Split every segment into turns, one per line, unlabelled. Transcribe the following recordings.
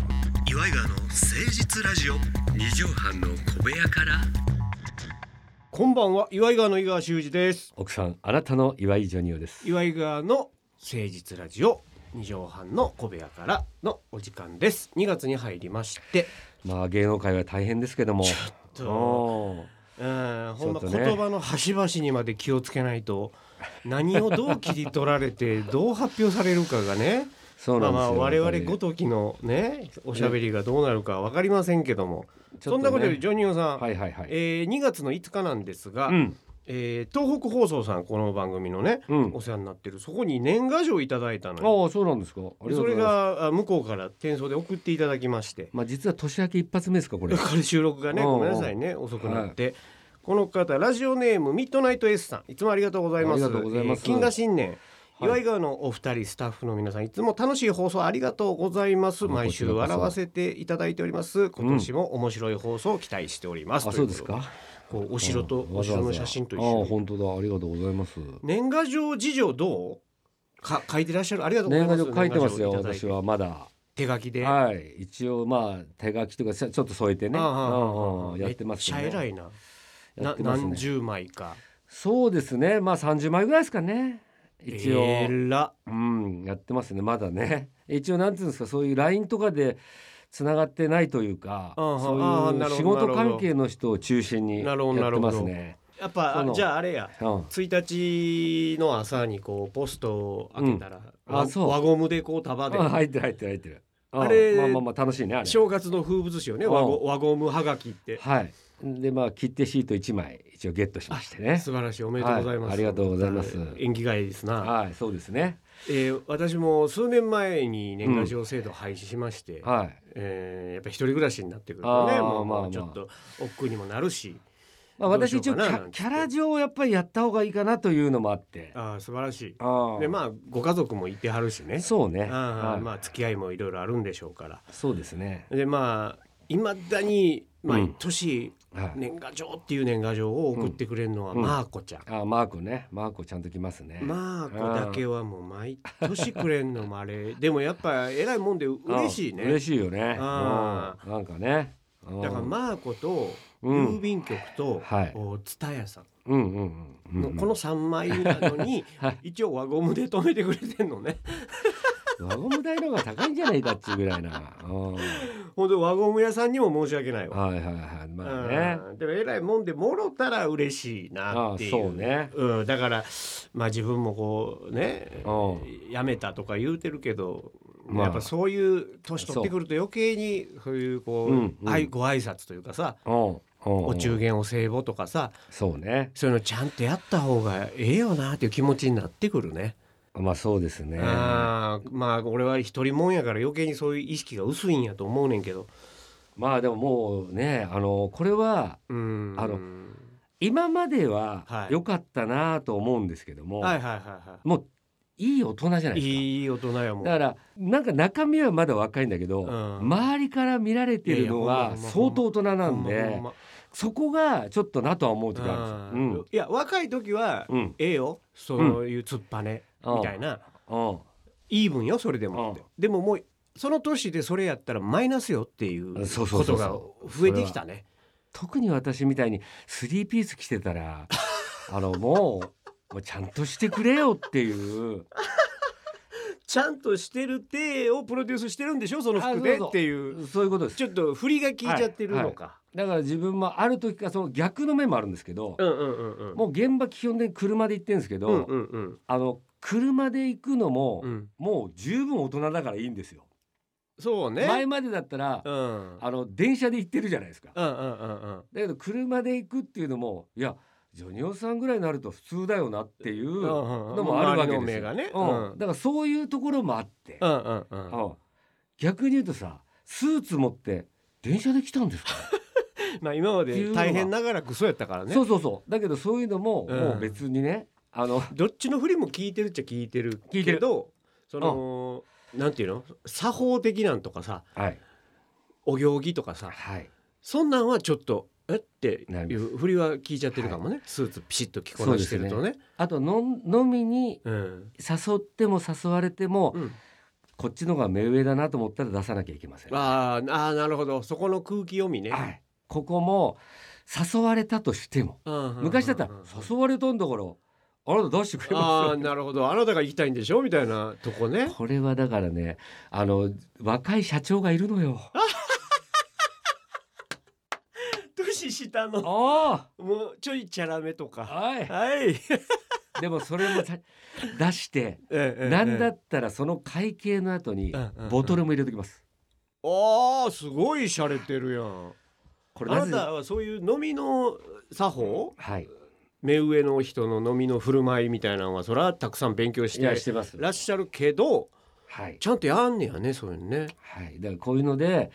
イガーの誠実ラジオ
二畳半の小部屋から
こんばんは岩井川の井川修司です
奥さんあなたの岩井ジョニオです
岩井川の誠実ラジオ二畳半の小部屋からのお時間です2月に入りまして
まあ芸能界は大変ですけどもち
ょっとうんほんま
ちょ
言
っとね
葉の端々にまで気をつけないと何をどう切り取られ てどう発表されるかがね
そう
ま
な
あ
んですよ
まあ我々ご
本
ときのねおしゃべりがどうなるかわかりませんけども、
当
そ
に
んなことより
ちょっ
ジョニオさ
と
ん、
ねはいはいはい
えー、2月の5日なんですが、
うん
えー東北放送さんこの番組のね、
うん
お世話になってるそこに年賀状いただいたのよ
ああそうなんですかあり
で
がと
そ
ござ
うれ
います
があ向こうから転送で送っていただきまして
まあ実は年明け一発目ですか これ
これ収録がね
うんうん
ごめんなさいね遅くなって、この方ラジオネームミッドナイト S さんいつもありがとうございます
ありがとうございます
えー金河新年
はい
岩井川のお二人スタッフの皆さんいつも楽しい放送ありがとうございます
うん
毎週
こちらこ
笑
そ
わせていただいております今年も面白い放送を期待しております、
あそうです
とい
か
ことでこうお城と
うん
お
わざわ
城
ざ
の写真と一
ああ
緒に
本当だありがとうございます
年賀状事情どうか書いてらっしゃるありがとうござい
年
ま
賀
す
状書いてますよ
年賀状いただいて
私はまだ
手書きで、
はい一応まあ手書きとかちょちょっと添えてね
ああああ
うん
あ
う
あ
んやってますけど
めっ
ね
ちゃ偉いな
や
な
ってますね
何十枚か
そうですねまあ30枚ぐらいですかね一応、
えら
うんやってますねまだね一応なんていうんですかそういう LINE とかでつながってないというか
ああああ
そうい
な
う
る
仕
ほど
事関係の人を中心にや
な
っ
るほど
てますね。
やっ
そ
ぱ
の
あじゃああれや
うん
1日の朝にこうポストを開けたら、
あ
わ
そう
輪ゴムでこう束で、
あ入ってる入ってる入ってる。うん
あれ
まあまあまあ楽しいねあれ。
正月の風物詩よね輪ゴ輪ゴムはがきって
はい。でまあ切手シート一枚一応ゲットしましてね。
素晴らしいおめでとうございます、
はいありがとうございます
縁起がいいですな、
はいそうですね。
えー私も数年前に年賀状制度廃止しまして、
はい。
えーやっぱ一人暮らしになってくるとね
あー
もう
まあまあ
ちょっと億劫にもなるし
まあ
どうし
私
よ
一
うか
応キ
な
ャキャラ上やっぱりやった方がいいかなというのもあって。
あー素晴らしい
あ
でまあご家族もいてはるしね
あそうね。
あ
は
ー
い
まあ付き合いもいろいろあるんでしょうから
そうですね。
でまあいまだに毎
うん
年
はい。
年賀状っていう年賀状を送ってくれるのは
うん
マーコちゃん、
あマークねマークちゃんと来ますね。
マーコだけはもう毎年くれんのもあれでもやっぱ偉いもんで嬉しい
うん嬉
ね
しいよね。
あ
うんなんかね。うん
だからマーコと
うん
郵便局と
はい
お蔦屋さん
うんうんうんう
の
ん。
この3枚なのに
はい
一応輪ゴムで止めてくれてんのね
輪ゴム代の方が高いんじゃないかっていうぐらいな。うんはい
ほんで輪ゴム屋さんにも申し訳ないわ、
はいはい。まあね。
うんでも偉いもんでもろたら嬉しいなっていう
ああそうね
うん、だからまあ自分もこうね
う
やめたとか言うてるけど、
まあ
やっぱそういう年取ってくると余計にそういうこう、
うんうん
あいご挨拶というかさ
うんうん。
お中元お歳暮とかさ
そうね。
そういうのちゃんとやった方がええよなっていう気持ちになってくるね。
まあそうですね。
あーまあ俺は一人もんやから余計にそういう意識が薄いんやと思うねんけど。
まあでももうねあのこれは
うん
あの今までは
はい
良かったなと思うんですけども、
はいはいはいは
もういい大人じゃない
い。
ですか。
いい大人やもん。
だからなんか中身はまだ若いんだけど、
うん
周りから見られてるの
いやいやほんまほん
は
ま
相当大人なんで、
ほんま
そこがちょっとなとは思う時
ほん
あ
ま
るんですよ。
いや若い時は、
うん、うん、
ええよそういう突っぱね、みたいな、
うん、
いい分よそれでもって、
うん
でももうその年でそれやったらマイナスよっていうこ
そうそうそ
と
う
が
そう
増えてきたね。
特に私みたいにスリーピース着てた らあのもうもうちゃんとしてくれよっていう
ちゃんとしてる体をプロデュースしてるんでしょその服
あそ
で
うそう
っていう
そういうことです
ちょっと振りが効いちゃってるのか。
だから自分もある時からその逆の面もあるんですけど、
うんうんうんうん。
もう現場基本的に車で行ってるんですけど、
うんうんうん
あの車で行くのも、
うん。
もう十分大人だからいいんですよ。
そうね。
前までだったら、
うん。うん
あの電車で行ってるじゃないですか。だ
うんうんうん。
けど車で行くっていうのもいやジョニオさんぐらいになると普通だよなっていう
うんう
の
んうん
もあるわけですよ。
周りの目がね。う
うん
んうん
だからそういうところもあって、
うんうん。
うん逆に言うとさスーツ持って電車で来たんですか、
まあ今まで大変ながらクソやったからね
そ。うそうそうだけどそういうのも、
うん
もう別にねあの
どっちの振りも聞いてるっちゃ聞いてる
聞いてる
けどその、なんていうの作法的なんとかさ
はい
お行儀とかさ
はい
そんなんはちょっとえって
なり
い
ま
う振りは聞いちゃってるかもね、スーツピシッと着こなしてるとね
あとのん飲みに
うん
誘っても誘われても、
うん
こっちの方が目上だなと思ったら出さなきゃいけません。は
あーあーなるほどそこの空気読みね、
い、ここも誘われたとしても
うんうんうんうん
昔だったら誘われたんだからあなた出してくれま
ああなるほどあなたが行きたいんでしょみたいなとこね
すこれはだからねあの若い社長がいるのよ。
年下の
あ
もうちょいチャラめと
あ
か
はい
はい
でもそれもさ出して な
なん
だったらその会計の後にボトルも入れときます。
あーすごい洒落てるやん
これ
あ
な
な
ぜ
たはそういう飲みの作法
はい
目上の人の飲みの振る舞いみたいなのはそらたくさん勉強し
いやしててます。
らっしゃるけど
はい
ちゃんとやんねやねそういうのね
はい、だからこういうので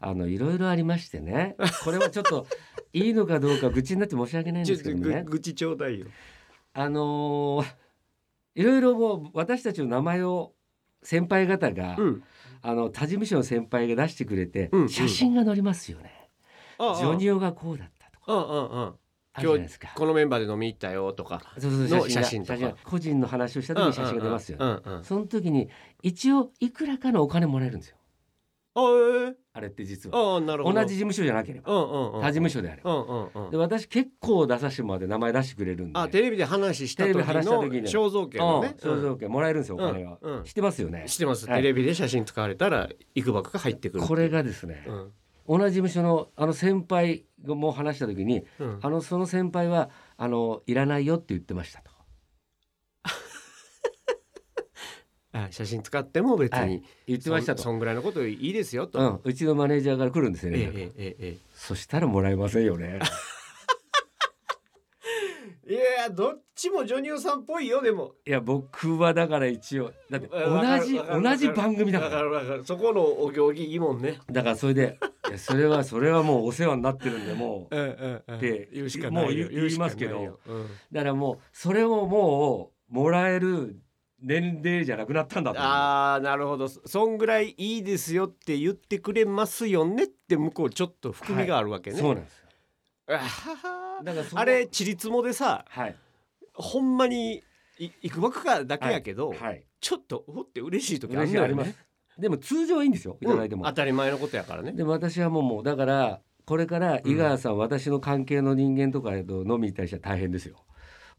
あのいろいろありましてねこれはちょっといいのかどうか愚痴になって申し訳ないん
ち
で
ょっ
すけ
と
ども
ぐ
ね
愚痴ちょうだいよ
あのーいろいろもう私たちの名前を先輩方が、
うん
あの他事務所の先輩が出してくれて、
うんうん
写真が載りますよね。
ああ
ジョニオがこうだったとか
うんうんうん
あるじゃないですか。
このメンバーで飲み行ったよとか
そうそう
の
写
写
真
真
が写
と
真が
か
個人の話をした時に写真が出ますよね。
うんうんうんうん
その時に一応いくらかのお金もらえるんですよ。
あーえー
あれって実は
あーなる
同
ほど
じ事務所じゃなければ
うんうんうん
他事務所であれば。
うんうんう
で
ん
私結構出させてもらって名前出してくれるんで。
あテレビで話した
テレ
時
ビで話した時に
の肖像権の
うん
ね
肖像権もらえるんですよお
うん
金が。
うん
知ってますよね。
してます
はい
テレビで写真使われたら幾ばくか入ってくる
これがですね
う、ん
同じ事務所のあの先輩がもう話した時に、
うん
あのその先輩はあのいらないよって言ってましたと。
あ写真使っても別
は
に
い言ってました
そん
と。
そんぐらいのこといいですよと、
うん、うちのマネージャーから来るんですよ
ええ
ね、
えええ
そしたらもらえませんよね
えいやどっちもジョニオさんっぽいよでも
いや僕はだから一応だって
わか
同じ
るわかる
同じ番組だから
わかるわかるそこのお行儀疑問ね
だからそれでいやそれはそれはもうお世話になってるんでもう
うんうんうん
で
言うしかないよ
もう言いますけど
言うしかないようん
だからもうそれをもうもらえる年齢じゃなくなったんだと思う
ああなるほどそそんぐらいいいですよって言ってくれますよねって向こうちょっと含みがあるわけね、
そうなんですよ
あはは
だからそこ
あれちりつもでさ
はい
ほんまにいいくばくかだけやけど、
はい
ちょっとおって嬉しい時あ
嬉
る
しい
のよ
あ
ね
りますでも通常はいいんですよいただいても、
うん当たり前のことやからね
でも私はもうもうだからこれから井川さん、私の関係の人間とかと飲みに対しては大変ですよ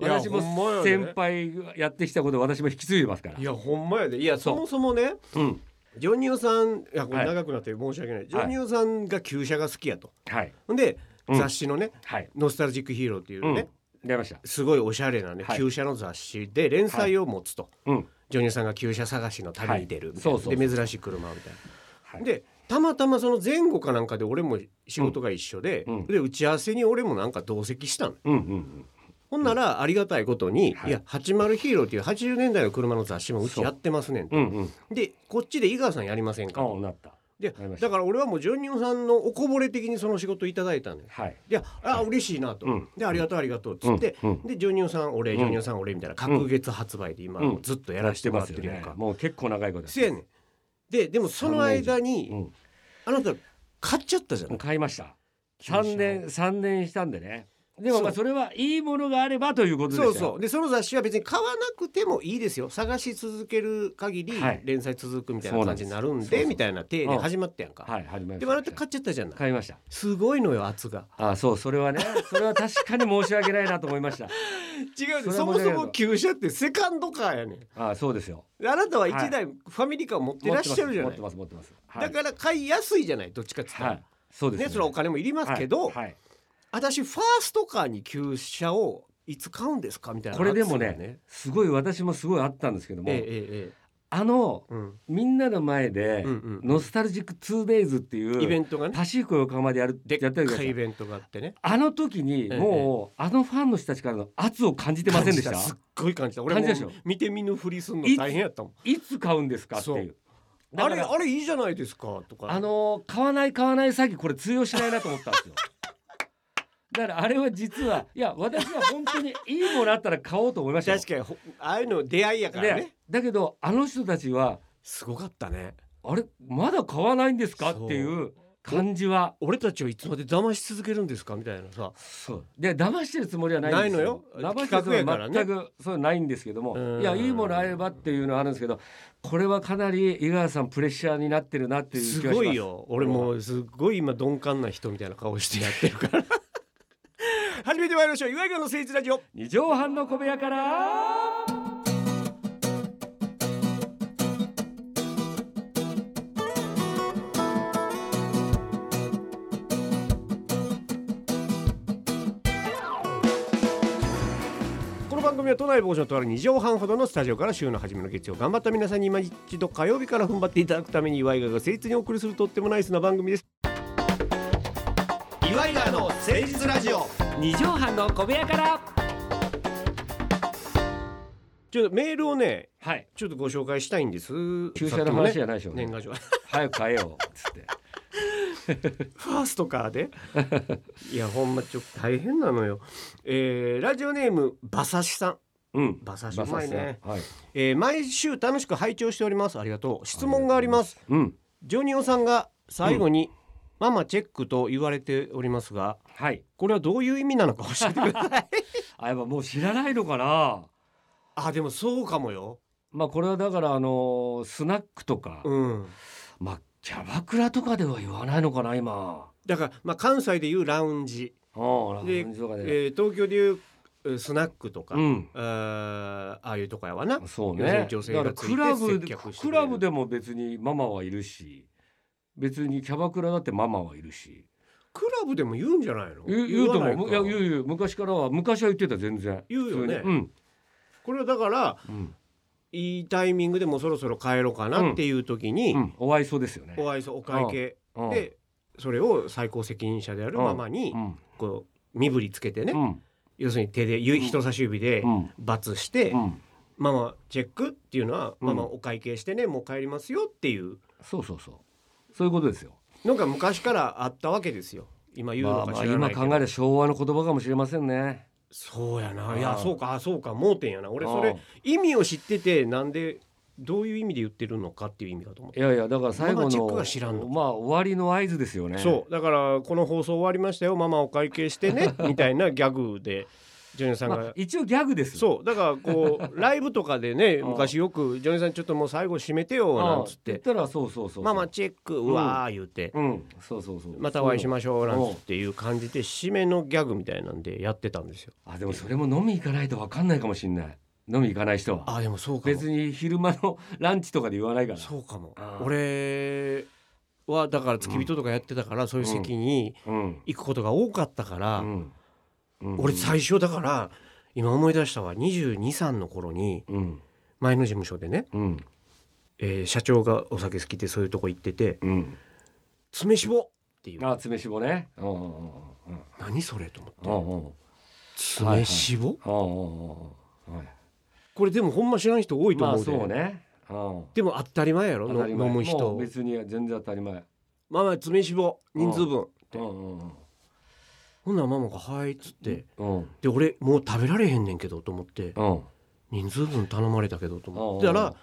いや
私も
ほんまよね
先輩がやってきたことを私も引き継いでますから
いやほんまやでいや
そう
そもそもね
うん
ジョニオさんいやこ
は
れ
い
長くなって申し訳ない、ジョニオさんが旧車が好きやと
はい
ほんで、
うん
雑誌のね
はい
「ノスタルジックヒーロー」っていう
う
ね、
ん出ました
すごいおしゃれなね、
はい
旧車の雑誌で連載を持つと、
うん
ジョニオさんが旧車探しの旅に出るみたいな、
はいそうそうそう
で珍しい車みたいな。
はい
でたまたまその前後かなんかで俺も仕事が一緒で、
うんうん
で打ち合わせに俺もなんか同席したの。
うんうん
ほんならありがたいことに「
はい
い、や80ヒーロー」っていう80年代の車の雑誌もうちやってますねんと
うんうんうん
でこっちで井川さんやりませんか
ああなった
で
りました
だから俺はもうジョニオさんのおこぼれ的にその仕事いただいたのよ。
はい
であ嬉しいなと、
うん
でありがとうありがとうっつって、
うんうん
でジョニオさん俺、
うん
ジョニオさん俺みたいな隔月発売で今、
うん
ずっとやらせてもらってるやんか。
もう結構長いことやって
せやねんででもその間に、
うん
あなた買っちゃったじゃない
買いました3年三年したんでねでもまあ
そ
それはいいものがあればということです
そ
よ
うそうでその雑誌は別に買わなくてもいいですよ探し続ける限り
はい
連載続くみたい
そ
な
うなんで
感じ
す
になるん
そう
で
そう
みたいな手で始まったやんか、
はい始まりました
でもあなた買っちゃったじゃない
買いました
すごいのよ 圧が
あそうそれはねそれは確かに申し訳ないなと思いました
違う
そ
そ
れは
そ
も
も
ちろ
そ
ん
も旧車ってセカンドカーやねん
あそうですよ
あなたは1台ファミリーカー持ってらっしゃるじゃ
持っ
ない、
てます持ってます持ってます、
だから買いやすいじゃないどっちかって言った
は
ら、
い、そうです
ねそれはお金もいりますけど、
はいはい
私ファーストカーに旧車をいつ買うんですかみたいな
これでも
圧が
ねすごい私もすごいあったんですけども、
えええええ
あの
えうん
みんなの前で、
うんうん
ノスタルジック 2days っていう
イベントがね
パシフィコ横浜でやる
でっ
やったり
かいイベントがあってね
あの時に
ええ
もう、あのファンの人たちからの圧を感じてませんでした
感じすっごい感じた俺も
感じたでし
見て見ぬふりすんの大変やったもん
いつ買うんですかっていうだ
あ
か
れ
ら
あれいいじゃないですかとか
あの買わない買わない詐欺これ通用しないなと思ったんですよ だからあれは実はいや私は本当にいいものあったら買おうと思いましたよ
確かにほああいうの出会いやからね
でだけどあの人たちは
すごかったね
あれまだ買わないんですかっていう感じは
俺たちをいつまで騙し続けるんですかみたいなさ
そうで騙してるつもりはないんですよ
ないのよ
騙してるつもり
企画やから
は
ね
全くそうないんですけども、
うん
いやいいものあればっていうのはあるんですけどこれはかなり井川さんプレッシャーになってるなっていう気が
す
します
ごいよ俺もうすごい今鈍感な人みたいな顔してやってるから 初めて参りましょう岩井川の誠一ラジオ
二畳半の小部屋から
この番組は都内防止のとある2畳半ほどのスタジオから週の初めの月曜頑張った皆さんに今一度火曜日から踏ん張っていただくために岩井川が誠実にお送りするとってもナイスな番組です岩井川の誠実ラジオ
二畳半の小部屋から
ちょっとメールをね
はい
ちょっとご紹介したいんです
注射の話じ
や
ゃないでしょうね
年賀状フ
早く変えようっつって
ァーストカーでいやほんまちょっと大変なのよ、えー、ラジオネーム馬刺しさん
うん
馬刺しうまいね、
はい、
えー、毎週楽しく拝聴しておりますありがとう質問があります
うん
ジョニオさんが最後に、ママチェックと言われておりますが
はい
これはどういう意味なのか教えてください
あやっぱもう知らないのかな
あでもそうかもよ
まあこれはだからあのースナックとか、
うん
まあキャバクラとかでは言わないのかな今
だから、まあ、関西でいうラウンジ、
うん
で
ラウンジとかで
えー東京でいうえースナックとか、
うん
あーああいうとこやわな
そう
要する
ね
に女性
だ
が
から
ついて
クラブ
接
で
客して
ク
くれる
ラブでも別にママはいるし別にキャバクラだってママはいるし
クラブでも言うんじゃないの
言う言うと
わない
思ういや言う言う昔からは昔は言ってた全然
言うよね
普通に
これはだから
うん、うん
いいタイミングでもうそろそろ帰ろうかなっていう時に、
うん、お愛想ですよね
お愛想お会計
うん
でそれを最高責任者であるママに
うん
こう身振りつけてね、
うん
要するに手でゆ人差し指で
うん
罰して、
うん
ママチェックっていうのは、
うん
ママお会計してねもう帰りますよっていう
そうそうそうそういうことですよ
のが昔からあったわけですよ今言う
ま
の
あ
か
ま
知
あ
らな
今
いけど、
考えれば昭和の言葉かもしれませんね
そうや
あ
な
あ
いやそうかあそうか盲点やな俺そ
あ
れ
あ
意味を知っててなんでどういう意味で言ってるのかっていう意味だと思って、
いやいやだから最後
ママチェッ
の
クが知らんの
まあ終わりの合図ですよね
そうだからこの放送終わりましたよママお会計してねみたいなギャグでジョニーさんが、
まあ、一応ギャグですう
そうだからこうライブとかでね
ああ
昔よく「ジョニーさんちょっともう最後締めてよ」なんつっ
言
て
ったらそうそうそう
ママチェックうわー言うて、
うんそうそうそう
またお会いし
し
ましょうなん
うん
つっていう感じで締めのギャグみたいなんでやってたんですよ
あでもそれも飲み行かないと分かんないかもしれない飲み行かない人は
あでもそうかも
別に昼間のランチとかで言わないから
そうかも
ああ
俺はだから付き人とかやってたから、そういう席に
うん
行くことが多かったから、
うんうん
俺最初だから今思い出したわ2 2 3の頃に
うん
前の事務所でね、
うん
えー社長がお酒好きでそういうとこ行ってて
うん
「詰め絞」っていう
あ詰め絞ねうんうんうんうん
何それと思って
うんうんうん
「詰め絞、
うんうんうんはい
これでもほんま知らん人多いと
まあ
思うで、
そうねうん
でも当たり前やろ
当た
の
り
飲
前
む
も
人
う別に全然当たり前
ママ詰め絞人数分
うんうんうん
ほんならママが「はい」っつって
うん
で俺もう食べられへんねんけどと思って
うん
人数分頼まれたけどと思って
う
た
ん
ら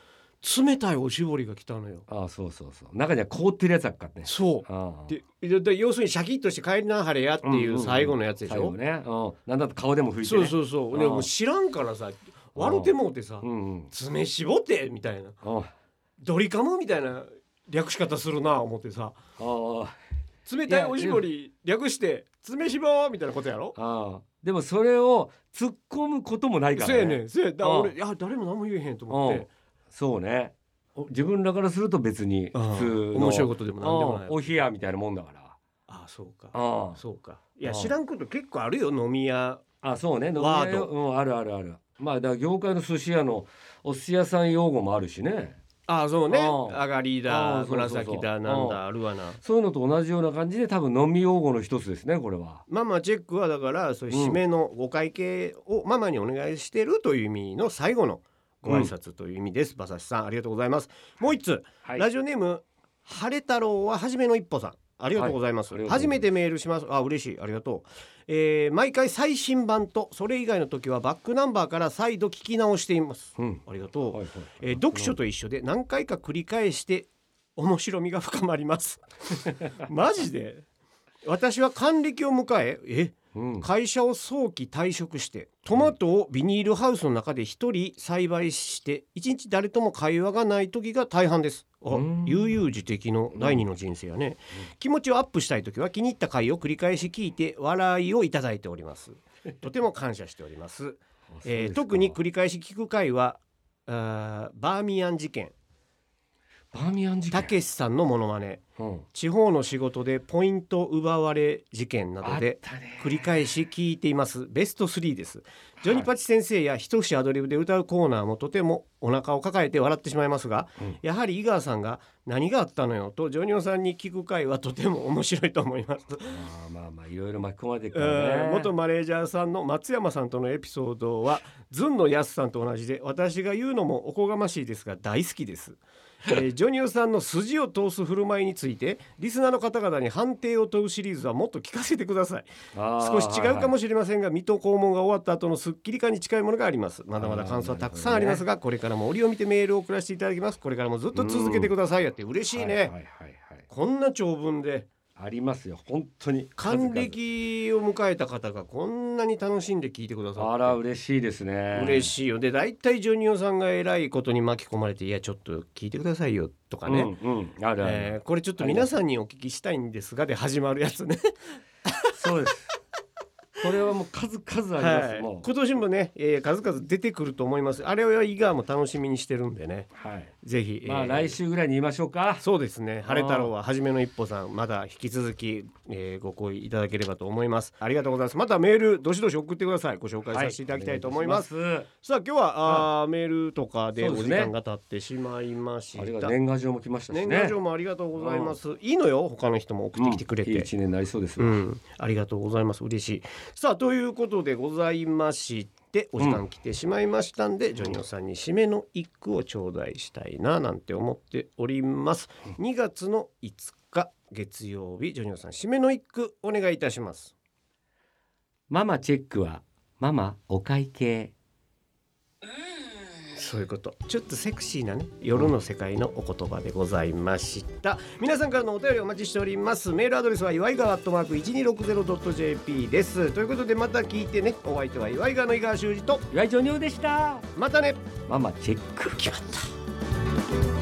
冷たいおしぼりが来たのよ
ああそうそうそう中には凍ってるやつだっかってね
そ
ああ
うででで要するにシャキッとして帰りなはれやってい
んん
うん最後のやつでし
最
ょ、
後ねうんなんだと顔でも拭いて
そ
ね
うそうそう
うん
でもう知らんからさ笑てもうてさ
うんうん
「爪絞って」みたいな
あ
「ドリカム」みたいな略し方するな思ってさ
あ
「冷たいおしぼり」略して「爪絞」みたいなことやろ
ああでもそれを突っ込むこともないか
そうや
ら
ね
ね
んそうやだから
うん
俺いや誰も何も言えへんと思って
そうね自分らからすると別に普通
うん
の
面白いことでも何でも
う
なんい
お冷やみたいなもんだから
ああそうか
あ
そうかいや
ああ
知らんこと結構あるよ飲み屋
ああそうね飲み屋
ワード
うんあるあるあるまあだから業界の寿司屋のお寿司屋さん用語もあるしね
ああそうね
うん
上がり
う
だ
んそうそうそう
紫だなんだあるわな
そういうのと同じような感じで多分飲み用語の一つですねこれは
ママチェックはだからそういう締めのお会計をママにお願いしてるという意味の最後のご挨拶という意味です、馬刺しさんありがとうございますもう一つ、
はい
ラジオネーム晴れ太郎は初めの一歩さんありがとうございます、
はいありがとうござ
初
います
めてメールしますあ嬉しいありがとう、えー毎回最新版とそれ以外の時はバックナンバーから再度聞き直しています
うん
ありがとう、
はいはい
えー読書と一緒で何回か繰り返して面白みが深まります マジで 私は還暦を迎ええ
うん
会社を早期退職してトマトをビニールハウスの中で一人栽培して一日誰とも会話がない時が大半ですあ
うん
悠々自適の第二の人生やね、気持ちをアップしたい時は気に入った回を繰り返し聞いて笑いをいただいており ますとても感謝しておりますえー特に繰り返し聞く回はあーバーミヤン事件
バーミヤン事
た
件、
けしさんのモノマネ
うん、
地方の仕事でポイント奪われ事件な
あ
ど
っ
で
たね
繰り返し聞いていますベスト3ですジョニパチ先生や一節アドリブで歌うコーナーもとてもお腹を抱えて笑ってしまいますが、
うん
やはり井川さんが何があったのよとジョニオさんに聞く回はとても面白いと思います
あーまあまあいろいろ巻き込まれていく
え
から
ー
ね
元マネージャーさんの松山さんとのエピソードはずんのやすさんと同じで私が言うのもおこがましいですが大好き です、えージョニオさんの筋を通す振る舞いについてリスナーの方々に判定を問うシリーズはもっと聞かせてください少し違うかも
し
しれませんが水戸黄門が終わった後のスッキリ感に近いものがありますまだまだ感想はたくさんありますがこれからも折を見てメールを送らせていただきますこれからもずっと続けてくださいやって嬉しい
は
ね、
いはいはいはい、
こんな長文で
ありますよ本当に数々
還暦を迎えた方がこんなに楽しんで聞いてくださ
あら
って
嬉しいですね
嬉しいよで大体ジョニオさんが偉いことに巻き込まれて「いやちょっと聞いてくださいよ」とかね、
うんうん、あるある、
えーこれちょっと皆さんにお聞きしたいんですが」で始まるやつね、
そうですこれはもう数々あります、
はい
もう
今年もね、えー数々出てくると思いますあれは伊賀も楽しみにしてるんでね
はい
ぜひ、
まあ
えー
来週ぐらいに言いましょうか
そうですね晴れ太郎は初めの一歩さんまだ引き続き、えーご好意いただければと思いますありがとうございますまたメールどしどし送ってくださいご紹介させていただきたいと思います、
お願いいたし
さあ今日はあーメールとかで
そ
お
うです
時
ね
間が経ってしまいまし
ますあれが
た。
年賀状も来ましたしね
年賀状もありがとうございます。いいのよ他の人も送ってきてくれ
うんいい
て。
一年になりそうです、
うん、ありがとうございます嬉しい。さあということでございましてお時間来てしまいましたんで、ジョニオさんに締めの一句を頂戴したいななんて思っております。2月の5日月曜日ジョニオさん締めの一句お願いいたします。
ママチェックはママお会計
そういうことちょっとセクシーなね夜の世界のお言葉でございました皆さんからのお便りお待ちしておりますメールアドレスは祝いがわ 1260.jp ですということでまた聞いてねお相手は祝いがの井川修司と
岩井ジョニオでした
またね
ママチェック
決まった